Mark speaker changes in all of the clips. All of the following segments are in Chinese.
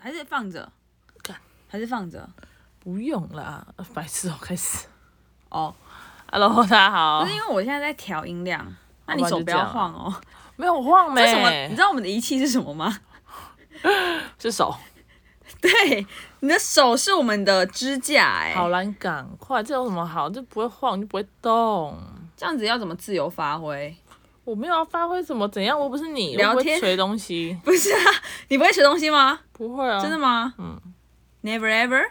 Speaker 1: 还是放着
Speaker 2: 干，
Speaker 1: 还是放着。
Speaker 2: 不用啦，白痴哦、开始。
Speaker 1: 哦，
Speaker 2: Hello，大 家好
Speaker 1: 不哦是。因为我现在在调音
Speaker 2: 哦
Speaker 1: 量，那你
Speaker 2: 好吧
Speaker 1: 手
Speaker 2: 就
Speaker 1: 不
Speaker 2: 这
Speaker 1: 要
Speaker 2: 样啊
Speaker 1: 晃哦。
Speaker 2: 没有晃
Speaker 1: 为什么？
Speaker 2: 没
Speaker 1: 你知？道我们的仪器是什么吗？
Speaker 2: 是手。
Speaker 1: 对，你的手是我们的支架、哎，
Speaker 2: 好啦，你赶快，这有什么好？就不会晃，就不会动。
Speaker 1: 这样子要怎么自由发挥？
Speaker 2: 我没有要发挥什么怎样，我又不是你，
Speaker 1: 聊
Speaker 2: 我不
Speaker 1: 天
Speaker 2: 会捶东西，
Speaker 1: 不是啊，你不会吃东西吗？
Speaker 2: 不会啊。
Speaker 1: 真的？吗？
Speaker 2: 嗯
Speaker 1: ，Never ever。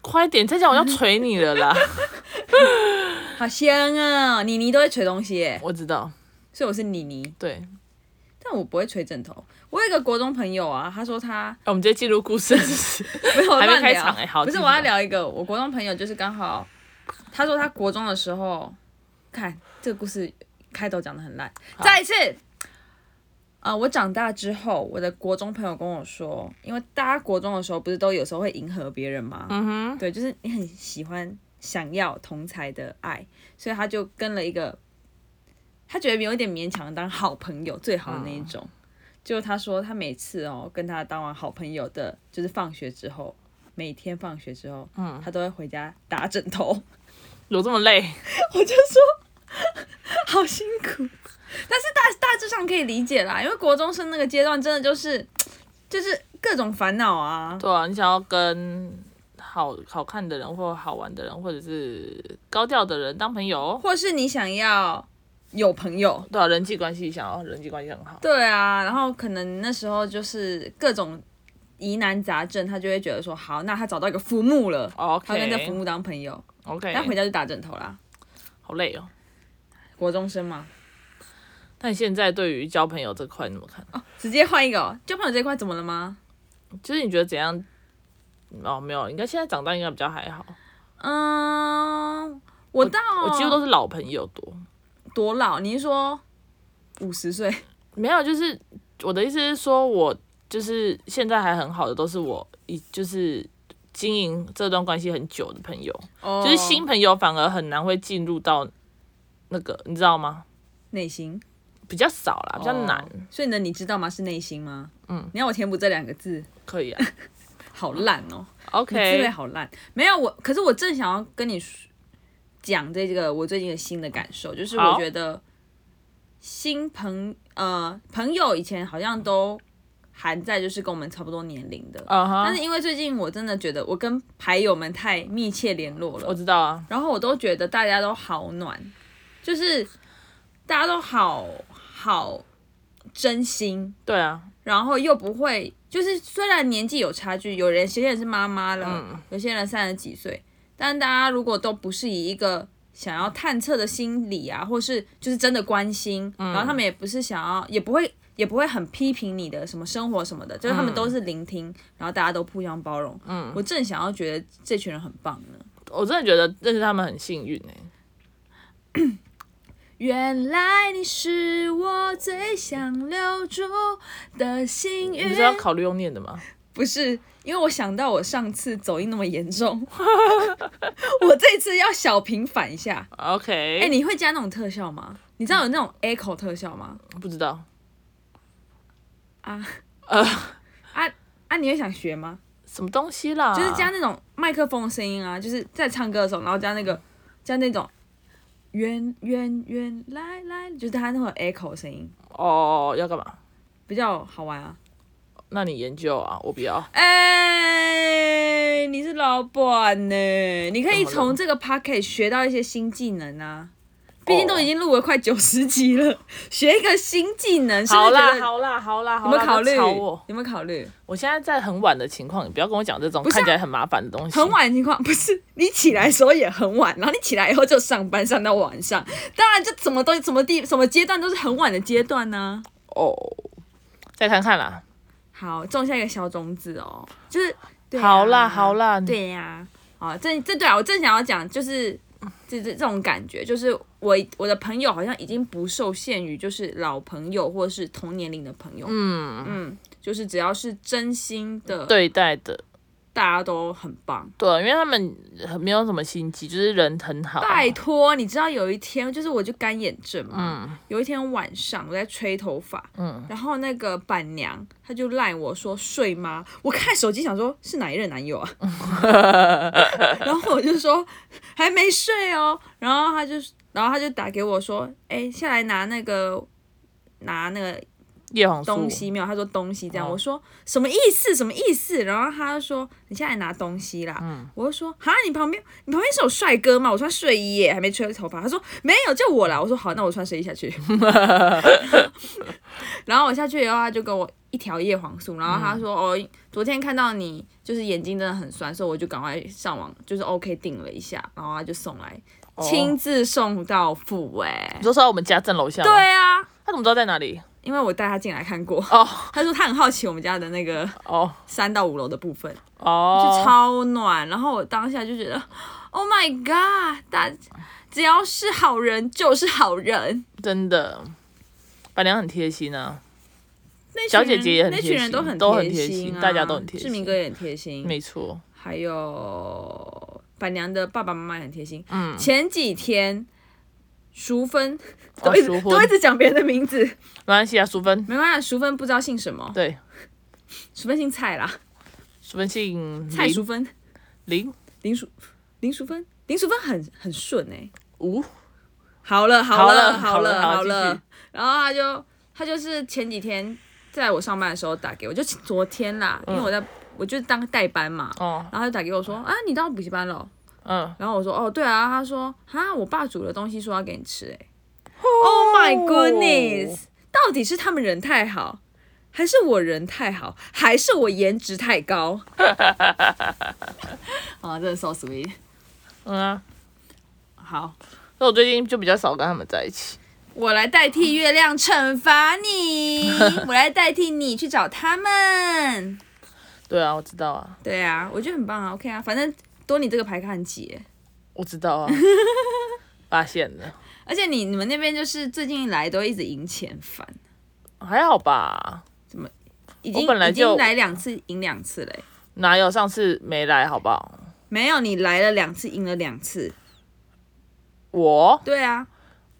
Speaker 2: 快点，再讲我要捶你了 啦。
Speaker 1: 好香啊！妮妮都会捶东西、哎，
Speaker 2: 我知道，
Speaker 1: 所以我是妮妮，
Speaker 2: 对。
Speaker 1: 但我不会捶枕头。我有一个国中朋友啊，他说他
Speaker 2: 哎我们直接进入故事，是不是
Speaker 1: 没有
Speaker 2: 还没
Speaker 1: 乱
Speaker 2: 开
Speaker 1: 聊
Speaker 2: 场欸好
Speaker 1: 不是
Speaker 2: 继续
Speaker 1: 我要
Speaker 2: 聊
Speaker 1: 聊一个，我国中朋友就是刚好，他说他国中的时候，看这个故事开头讲的很烂，再一次。啊、我长大之后，我的国中朋友跟我说，因为大家国中的时候不是都有时候会迎合别人吗？
Speaker 2: 嗯哼，
Speaker 1: 对，就是你很喜欢想要同才的爱，所以他就跟了一个，他觉得有一点勉强当好朋友最好的那一种。就他说他每次哦跟他当完好朋友的，就是放学之后，每天放学之后，
Speaker 2: 嗯
Speaker 1: 他都会回家打枕头，
Speaker 2: 有这么累？
Speaker 1: 我就说 好辛苦，但是大大致上可以理解啦，因为国中生那个阶段真的就是就是各种烦恼啊，
Speaker 2: 对啊，你想要跟好好看的人，或好玩的人，或者是高调的人当朋友。
Speaker 1: 或是你想要有朋友，
Speaker 2: 对啊，人际关系想要人际关系很好。
Speaker 1: 对啊，然后可能那时候就是各种疑难杂症，他就会觉得说，好，那他找到一个浮木了，他跟这浮
Speaker 2: 哦 OK
Speaker 1: 木当朋友，但回
Speaker 2: OK，
Speaker 1: 家就打枕头啦。
Speaker 2: 好累哦。
Speaker 1: 国中生嘛，
Speaker 2: 那你现在对于交朋友这块你怎么看？
Speaker 1: 直接换一个、哦、交朋友这一块怎么了吗？
Speaker 2: 就是你觉得怎样？哦，没有，应该现在长大应该比较还好。
Speaker 1: 嗯，我到
Speaker 2: 我几乎都是老朋友多，
Speaker 1: 多老？你是说五十岁？
Speaker 2: 没有，就是我的意思是说，我就是现在还很好的都是我一就是经营这段关系很久的朋友，
Speaker 1: 哦
Speaker 2: 就是新朋友反而很难会进入到那个，你知道吗？
Speaker 1: 内心
Speaker 2: 比较少啦，比较难，
Speaker 1: 哦所以呢，你知道吗？是内心吗？
Speaker 2: 嗯，
Speaker 1: 你要我填补这两个字，
Speaker 2: 可以啊。
Speaker 1: 好烂哦。你滋味
Speaker 2: OK，
Speaker 1: 好烂。没有我，可是我正想要跟你说讲这个我最近的新的感受，就是我
Speaker 2: 好
Speaker 1: 觉得新朋呃朋友以前好像都含在就是跟我们差不多年龄的，
Speaker 2: 嗯哼、
Speaker 1: 但是因为最近我真的觉得我跟牌友们太密切联络
Speaker 2: 我
Speaker 1: 了，
Speaker 2: 知道啊，
Speaker 1: 然后我都觉得大家都好暖，就是大家都好好真心，
Speaker 2: 对啊，
Speaker 1: 然后又不会，就是虽然年纪有差距，有人有些人是妈妈了，
Speaker 2: 嗯
Speaker 1: 有些人三十几岁，但大家如果都不是以一个想要探测的心理啊，或是就是真的关心，
Speaker 2: 嗯
Speaker 1: 然后他们也不是想要，也不会也不会很批评你的什么生活什么的，就是
Speaker 2: 嗯
Speaker 1: 他们都是聆听，然后大家都互相包容。嗯，我正想要觉得这群人很棒呢。
Speaker 2: 我真的觉得认识他们很幸运哎、
Speaker 1: 原来你是我最想留住的幸运。
Speaker 2: 你是要考虑用念的吗？
Speaker 1: 不是，因为我想到我上次走音那么严重， 我这次要小平反一下。
Speaker 2: OK，
Speaker 1: 哎、你会加那种特效吗？你知道有那种 echo 特效吗？
Speaker 2: 不知道
Speaker 1: 啊
Speaker 2: 呃
Speaker 1: 啊啊！你会想学吗？
Speaker 2: 什么东西啦，
Speaker 1: 就是加那种麦克风的声音啊，就是在唱歌的时候，然后加那个加那种原原原来来，就是它那种 echo 的声音
Speaker 2: 哦，要干嘛？
Speaker 1: 比较好玩啊。
Speaker 2: 那你研究啊，我不要。
Speaker 1: 哎、你是老板呢、你可以
Speaker 2: 怎么
Speaker 1: 从
Speaker 2: 了哦
Speaker 1: 这个 p o c k e t 学到一些新技能啊。毕竟都已经录了快九十集了， 学一个新技能，是不
Speaker 2: 好
Speaker 1: 是觉
Speaker 2: 啦，
Speaker 1: 得
Speaker 2: 好啦，好啦，好
Speaker 1: 有没
Speaker 2: 啦，
Speaker 1: 有考
Speaker 2: 不要吵
Speaker 1: 虑？
Speaker 2: 我，
Speaker 1: 有没有考虑？
Speaker 2: 我现在在很晚的情况，你不要跟我讲这种
Speaker 1: 不是啊
Speaker 2: 看起来很麻烦的东西。
Speaker 1: 很，晚的情况不是你起来的时候也很晚，然后你起来以后就上班上到晚上，当然就什么东西、什么地、什么阶段都是很晚的阶段啊呢、
Speaker 2: 哦，再看看啦。
Speaker 1: 好，种下一个小种子哦，就是对啊、
Speaker 2: 好啦，好啦，，
Speaker 1: 对呀、啊，这这对啊，我正想要讲，就是这这这种感觉，就是我我的朋友好像已经不受限于就是老朋友或是同年龄的朋友，
Speaker 2: 嗯，
Speaker 1: 嗯，就是只要是真心的
Speaker 2: 对待的，
Speaker 1: 大家都很棒。
Speaker 2: 对，啊因为他们很没有什么心机，就是人很好。
Speaker 1: 拜托，你知道有一天就是我就干眼症嘛，有一天晚上我在吹头发，然后那个板娘她就赖我说睡吗？我看手机想说是哪一任男友啊，然后我就说还没睡哦，然后她就然后她就打给我说，哎，下来拿那个拿那个
Speaker 2: 叶红素
Speaker 1: 东西没有，他说东西这样，
Speaker 2: 哦
Speaker 1: 我说什么意思？什么意思？然后他就说你现在拿东西啦，
Speaker 2: 嗯
Speaker 1: 我就说哈，你旁边你旁边是有帅哥吗？我穿睡衣耶，还没吹头发。他说没有，就我啦。我说好，那我穿睡衣下 去。然后我下去以后，他就跟我一条叶黄素，然后
Speaker 2: 嗯
Speaker 1: 他说、哦，昨天看到你就是眼睛真的很酸，所以我就赶快上网就是 OK 订了一下，然后他就送来，亲、
Speaker 2: 哦
Speaker 1: 自送到府哎、
Speaker 2: 你说是在我们家正楼下吗
Speaker 1: 对啊，
Speaker 2: 他怎么知道在哪里？
Speaker 1: 因为我带他进来看过。
Speaker 2: 哦
Speaker 1: 他说他很好奇我们家的那个
Speaker 2: 哦
Speaker 1: 三到五楼的部分，就
Speaker 2: 哦，
Speaker 1: 超暖。然后我当下就觉得，Oh my god！大只要是好人就是好人，
Speaker 2: 真的，板娘很贴心啊，
Speaker 1: 那群
Speaker 2: 小姐
Speaker 1: 人
Speaker 2: 姐也很
Speaker 1: 那
Speaker 2: 贴
Speaker 1: 群人
Speaker 2: 心
Speaker 1: 都很
Speaker 2: 都很
Speaker 1: 贴
Speaker 2: 贴心
Speaker 1: 啊
Speaker 2: 大家都很贴
Speaker 1: 志明
Speaker 2: 心
Speaker 1: 哥也很贴心，
Speaker 2: 没错。
Speaker 1: 还有板娘的爸爸妈妈也很贴心。嗯，前几天。淑芬都一直、
Speaker 2: 哦淑芬
Speaker 1: 都一直讲别人的名字，
Speaker 2: 没关系啊，淑芬，
Speaker 1: 没关系，淑芬不知道姓什么，
Speaker 2: 对，
Speaker 1: 淑芬姓蔡啦，
Speaker 2: 淑芬姓
Speaker 1: 蔡
Speaker 2: 林
Speaker 1: 淑芬，
Speaker 2: 林
Speaker 1: 林淑林淑芬，林淑芬很很顺哎、
Speaker 2: 吴，
Speaker 1: 好了，好
Speaker 2: 好
Speaker 1: 了，
Speaker 2: 了
Speaker 1: 好了，好
Speaker 2: 好了好继
Speaker 1: 了
Speaker 2: 续。
Speaker 1: 然后他就他就是前几天在我上班的时候打给我，就昨天啦，因为我在我就当代班嘛，
Speaker 2: 哦，
Speaker 1: 然后他就打给我说啊，你到补习班了哦？
Speaker 2: 嗯，
Speaker 1: 然后我说哦，对啊。他说啊，我爸煮的东西说要给你吃、欸，哎，Oh my goodness！到底是他们人太好，还是我人太好，还是我颜值太高？啊，真的 so sweet。
Speaker 2: 嗯啊，
Speaker 1: 好，
Speaker 2: 所以我最近就比较少跟他们在一起。
Speaker 1: 我来代替月亮惩罚 你，我来代替你去找他们。
Speaker 2: 对啊，我知道啊，
Speaker 1: 对啊，我觉得很棒啊，OK 啊，反正多你这个牌卡很挤耶，
Speaker 2: 我知道 啊，发现了，
Speaker 1: 而且你你们那边就是最近来都一直赢钱烦，
Speaker 2: 还好吧？
Speaker 1: 已经
Speaker 2: 我本来就
Speaker 1: 已经来两次赢两次嘞，
Speaker 2: 哪有上次没来，好不好？
Speaker 1: 没有你来了两次赢了两次，
Speaker 2: 我，
Speaker 1: 对啊，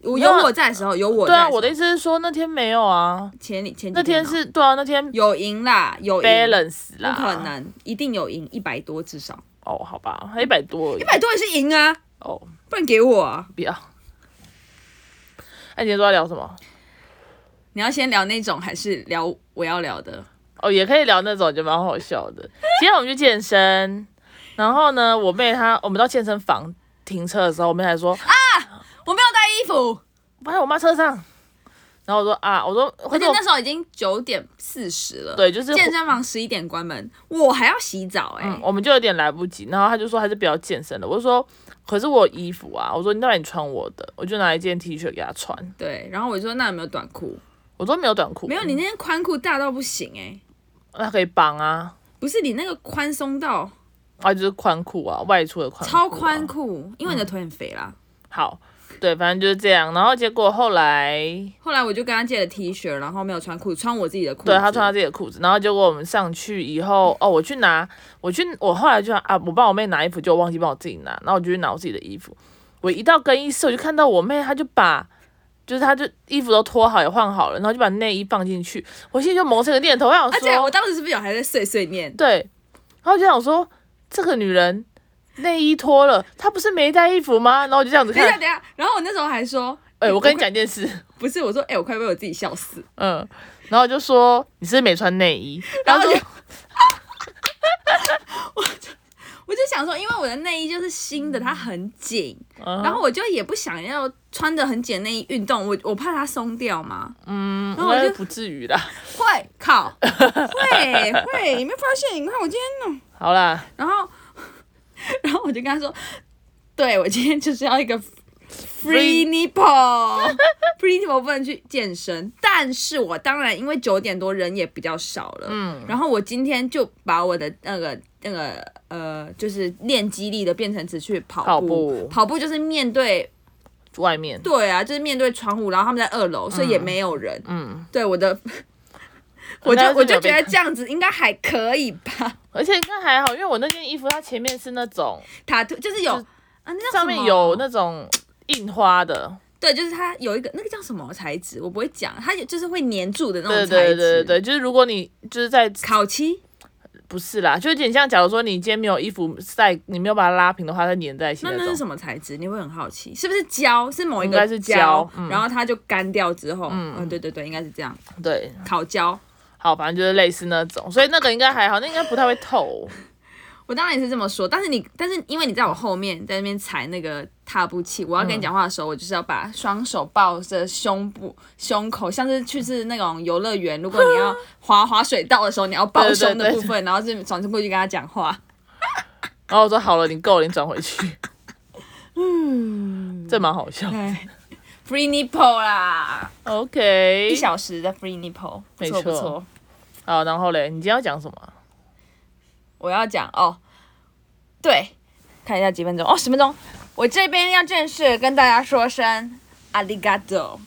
Speaker 1: 我
Speaker 2: 没
Speaker 1: 有
Speaker 2: 有啊
Speaker 1: 我在的时候有我
Speaker 2: 对
Speaker 1: 在时
Speaker 2: 啊，
Speaker 1: 候，
Speaker 2: 我的意思是说那天没有啊，
Speaker 1: 前里前几
Speaker 2: 那天
Speaker 1: 哦
Speaker 2: 是对啊，那天
Speaker 1: 有赢啦，有赢
Speaker 2: balance 啦，
Speaker 1: 不可能，一定有赢一百多至少，
Speaker 2: 哦，好吧，还一百多，一
Speaker 1: 一百多也是赢啊，
Speaker 2: 哦，
Speaker 1: 不然给我啊。
Speaker 2: 不要。哎那、你今天都要聊什么？
Speaker 1: 你要先聊那种，还是聊我要聊的？
Speaker 2: 哦，也可以聊那种，就蛮好笑的。今天我们去健身，然后呢，我妹她我们到健身房停车的时候，我妹还说，啊
Speaker 1: 我没有带衣服，
Speaker 2: 放在我妈车上。然后我说啊，我说，
Speaker 1: 而
Speaker 2: 可
Speaker 1: 且
Speaker 2: 是我
Speaker 1: 那时候已经九点四十了。
Speaker 2: 对，就是
Speaker 1: 健身房十一点关门，我还要洗澡哎、
Speaker 2: 嗯，我们就有点来不及。然后她就说还是不要健身了。我就说，可是我有衣服啊，我说你到底穿我的，我就拿一件 T 恤给她穿。
Speaker 1: 对，然后我就说那有没有短裤？
Speaker 2: 我说没有短裤，
Speaker 1: 没有，你那件宽裤大到不行哎、
Speaker 2: 那可以绑啊，
Speaker 1: 不是你那个宽松到
Speaker 2: 啊就是宽裤啊，外出的宽、裤啊
Speaker 1: 超宽裤，因为你的腿很肥啦。
Speaker 2: 好，对，反正就是这样。然后结果后来，
Speaker 1: 后来我就跟他借了 T 恤，然后没有穿裤子，穿我自己的裤子。
Speaker 2: 对他穿他自己的裤子，然后结果我们上去以后， 哦，我去拿，我去，我后来就啊，我帮我妹拿衣服，就忘记帮我自己拿，然后我就去拿我自己的衣服。我一到更衣室，我就看到我妹，她就把，就是她就衣服都脱好也换好了，然后就把内衣放进去。我心里就萌生个念头，我想
Speaker 1: 而且啊我
Speaker 2: 说，
Speaker 1: 当时是不是有还在碎碎念？
Speaker 2: 对，然后我就想说，这个女人内衣脱了，她不是没带衣服吗？然后我就这样子
Speaker 1: 等一
Speaker 2: 看
Speaker 1: 下，等，一下，然后我那时候还说，
Speaker 2: 哎、我跟你
Speaker 1: 快，
Speaker 2: 讲一件事。
Speaker 1: 不是我说，哎、我快被我自己笑死。
Speaker 2: 嗯，然后我就说你是不是没穿内衣，然后
Speaker 1: 然后
Speaker 2: 说
Speaker 1: 我就想说，因为我的内衣就是新的，它很紧，
Speaker 2: 嗯
Speaker 1: 然后我就也不想要穿的很紧的内衣运动，我我怕它松掉嘛。
Speaker 2: 嗯，
Speaker 1: 然后我就
Speaker 2: 那不至于啦。
Speaker 1: 会靠，会会，你没发现？你看我今天弄，
Speaker 2: 好啦，
Speaker 1: 然后 然后我就跟他说，对我今天就是要一个 free
Speaker 2: Free-
Speaker 1: nipple，free nipple 不能去健身，但是我当然因为九点多人也比较少了，嗯，然后我今天就把我的那个那个呃，就是练肌力的变成只去跑步，
Speaker 2: 跑步
Speaker 1: 跑步就是面对
Speaker 2: 外面
Speaker 1: 对啊，就是面对窗户，然后他们在二楼，所以也没有人。嗯，对，我的嗯 我就
Speaker 2: 那是
Speaker 1: 我就
Speaker 2: 有被
Speaker 1: 觉得这样子应该还可以吧。
Speaker 2: 而且应该还好，因为我那件衣服它前面是那种
Speaker 1: 塔图就是有啊，那叫
Speaker 2: 上
Speaker 1: 什
Speaker 2: 面
Speaker 1: 么
Speaker 2: 有那种印花的，
Speaker 1: 对，就是它有一个那个叫什么材质，我不会讲，它有就是会粘住的那种
Speaker 2: 对
Speaker 1: 材质。
Speaker 2: 对对对对，就是如果你就是在
Speaker 1: 烤漆，
Speaker 2: 不是啦，就有点像假如说你今天没有衣服晒，你没有把它拉平的话，它粘在一起
Speaker 1: 那
Speaker 2: 那
Speaker 1: 那
Speaker 2: 种
Speaker 1: 是。什么材质？你会很好奇，是不是胶？是某一
Speaker 2: 应
Speaker 1: 个
Speaker 2: 该是
Speaker 1: 胶
Speaker 2: 胶，嗯
Speaker 1: 然后它就干掉之后，嗯、对对对，应该是这样，
Speaker 2: 对，
Speaker 1: 烤胶。
Speaker 2: 好，反正就是类似那种，所以那个应该还好，那应该不太会 透。
Speaker 1: 我当然也是这么说，但是你，但是因为你在我后面在那边踩那个踏步器，我要
Speaker 2: 嗯
Speaker 1: 跟你讲话的时候，我就是要把双手抱着胸部、胸口，像是去是那种游乐园，如果你 要滑滑水道的时候，你要抱
Speaker 2: 对对
Speaker 1: 胸的
Speaker 2: 对
Speaker 1: 部分，然后是转身过去跟他讲话。
Speaker 2: 然后我说好了，你够了，你转回去。嗯，这蛮好笑。
Speaker 1: 哎，free nipple 啦，一
Speaker 2: OK，
Speaker 1: 小时的 free nipple，不
Speaker 2: 没
Speaker 1: 错
Speaker 2: 错
Speaker 1: 不错。
Speaker 2: 好，然后嘞，你今天要讲什么啊？
Speaker 1: 我要讲哦，对，看一下几分钟哦，十分钟。我这边要正式跟大家说声阿里嘎多，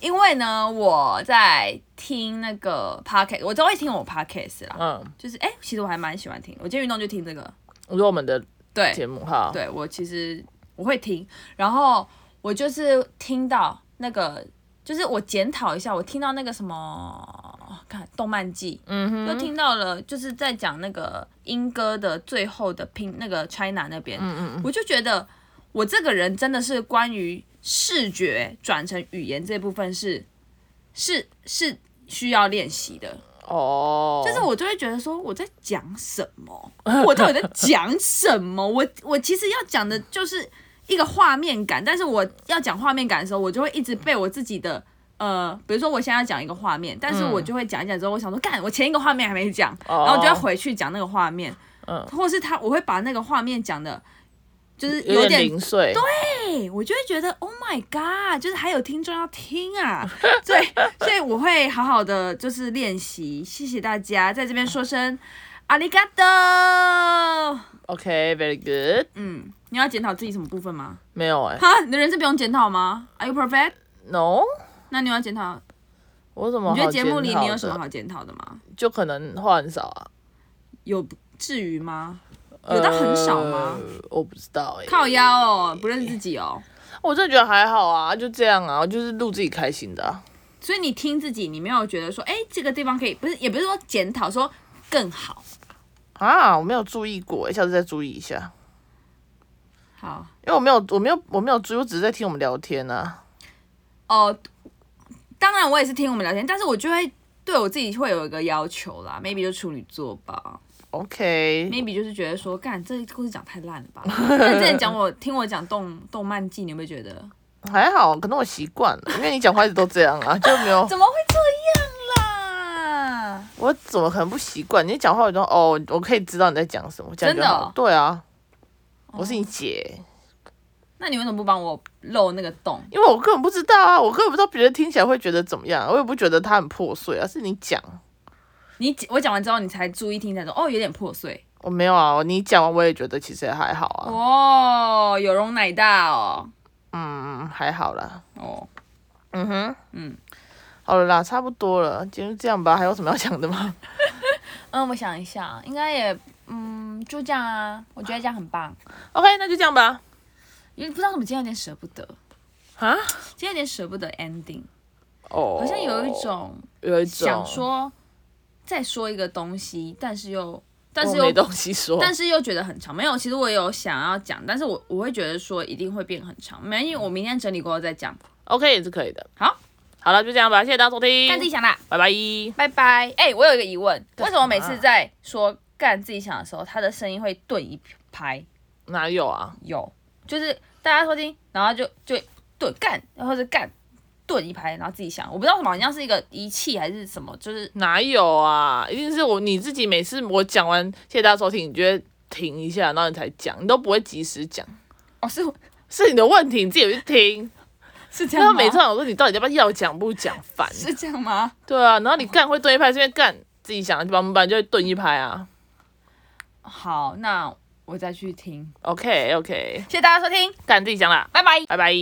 Speaker 1: 因为呢，我在听那个 podcast，我都会听我 podcast 啦，
Speaker 2: 嗯，
Speaker 1: 就是哎、其实我还蛮喜欢听，我今天运动就听这个，
Speaker 2: 我说我们的
Speaker 1: 对，
Speaker 2: 节目哈，
Speaker 1: 对我其实我会听，然后我就是听到那个，就是我检讨一下，我听到那个什么，看动漫季，嗯哼，又听到了，就是在讲那个英歌的最后的拼那个 China 那边，嗯嗯嗯，我就觉得我这个人真的是关于视觉转成语言这部分是是是需要练习的，
Speaker 2: 哦，
Speaker 1: 就是我就会觉得说我在讲什么，我到底在讲什么？我我其实要讲的就是一个画面感，但是我要讲画面感的时候，我就会一直被我自己的呃，比如说我现在要讲一个画面，但是我
Speaker 2: 嗯
Speaker 1: 就会讲一讲之后，我想说干，我前一个画面还没讲，然后我就要回去讲那个画面，
Speaker 2: 哦嗯
Speaker 1: 或是他我会把那个画面讲的。就是
Speaker 2: 有
Speaker 1: 点
Speaker 2: 零碎，
Speaker 1: 对，我就会觉得 Oh my God，就是还有听众要听啊，所以所以我会好好的就是练习，谢谢大家，在这边说声阿里嘎多。
Speaker 2: OK，very、good。
Speaker 1: 嗯，你要检讨自己什么部分吗？
Speaker 2: 没有哎、
Speaker 1: 哈，你的人生不用检讨吗？Are you perfect？
Speaker 2: n o
Speaker 1: 那你有要检讨？
Speaker 2: 我怎么
Speaker 1: 你觉
Speaker 2: 好
Speaker 1: 得节目里
Speaker 2: 检讨
Speaker 1: 你有什么
Speaker 2: 的？
Speaker 1: 好检讨的吗？
Speaker 2: 就可能话很少啊，
Speaker 1: 有至于吗？有到很少吗？
Speaker 2: 呃我不知道哎、
Speaker 1: 靠腰哦，不认识自己哦。
Speaker 2: 我真的觉得还好啊，就这样啊，我就是录自己开心的、啊。
Speaker 1: 所以你听自己，你没有觉得说，哎、这个地方可以，不是，也不是说检讨，说更好。
Speaker 2: 啊，我没有注意过、欸，下次再注意一下。
Speaker 1: 好，
Speaker 2: 因为我没有，我没有，我没有注意，我只是在听我们聊天啊。
Speaker 1: 哦，当然我也是听我们聊天，但是我就会对我自己会有一个要求啦，maybe 就处女座吧
Speaker 2: OK，
Speaker 1: ，maybe 就是觉得说，干这故事讲太烂 了吧。那你之前讲我听我讲动动漫季，你有没有觉得
Speaker 2: 还好，可能我习惯了，因为你讲话一直都这样啊， 就 没有
Speaker 1: 怎么会这样啦？
Speaker 2: 我怎么可能不习惯？你讲话我都哦，我可以知道你在讲什么，这样就
Speaker 1: 真的
Speaker 2: 好
Speaker 1: 哦
Speaker 2: 对啊，我是你姐。
Speaker 1: 那你为什么不帮我漏那个洞？
Speaker 2: 因为我根本不知道啊，我根本不知道别人听起来会觉得怎么样，我也不觉得它很破碎啊，是你讲，
Speaker 1: 你讲我讲完之后，你才注意听，才说哦，有点破碎
Speaker 2: 我没有啊，你讲完我也觉得其实也还好啊，
Speaker 1: 哦，有容乃大哦，
Speaker 2: 嗯，还好啦，
Speaker 1: 哦，
Speaker 2: 嗯哼，
Speaker 1: 嗯
Speaker 2: 好了啦，差不多了，今天就这样吧，还有什么要讲的吗？
Speaker 1: 嗯，我想一下，应该也嗯就这样啊，我觉得这样很棒。
Speaker 2: ？OK，那就这样吧，
Speaker 1: 因为不知道怎么今天有点舍不得，
Speaker 2: 啊，
Speaker 1: 今天有点舍不得 ending，
Speaker 2: 哦，
Speaker 1: 好像有一种
Speaker 2: 有一种
Speaker 1: 想说再说一个东西，但是又但是
Speaker 2: 我没
Speaker 1: 又
Speaker 2: 东西说，
Speaker 1: 但是又觉得很长。没有，其实我有想要讲，但是我我会觉得说一定会变很长，没，因为我明天整理过后再讲。
Speaker 2: OK 也是可以的，
Speaker 1: 好，
Speaker 2: 好了，就这样吧，谢谢大家收听
Speaker 1: 干，自己想啦，
Speaker 2: 拜拜。
Speaker 1: 拜拜。哎、我有一个疑问，为
Speaker 2: 干
Speaker 1: 什
Speaker 2: 什么
Speaker 1: 么
Speaker 2: 啊
Speaker 1: 每次在说干自己想的时候，他的声音会顿一拍？
Speaker 2: 哪有啊？
Speaker 1: 有，就是大家收听，然后就就顿干，然后是干顿一拍，然后自己想，我不知道为什么，好像是一个仪器还是什么，就是
Speaker 2: 哪有啊？一定是我你自己每次我讲完，谢谢大家收听，你觉得停一下，然后你才讲，你都不会及时讲，
Speaker 1: 哦是
Speaker 2: 是你的问题，你自己有去听。
Speaker 1: 是这
Speaker 2: 然后
Speaker 1: 样
Speaker 2: 每
Speaker 1: 没
Speaker 2: 次
Speaker 1: 错，
Speaker 2: 我说你到底要不要要讲不讲，烦。
Speaker 1: 是这样吗？
Speaker 2: 对啊，然后你干会蹲一拍，这边干自己想，把我们班就会蹲一拍啊。
Speaker 1: 好，那我再去听，
Speaker 2: OK OK，
Speaker 1: 谢谢大家收听，
Speaker 2: 干自己讲啦，
Speaker 1: 拜拜。
Speaker 2: 拜拜。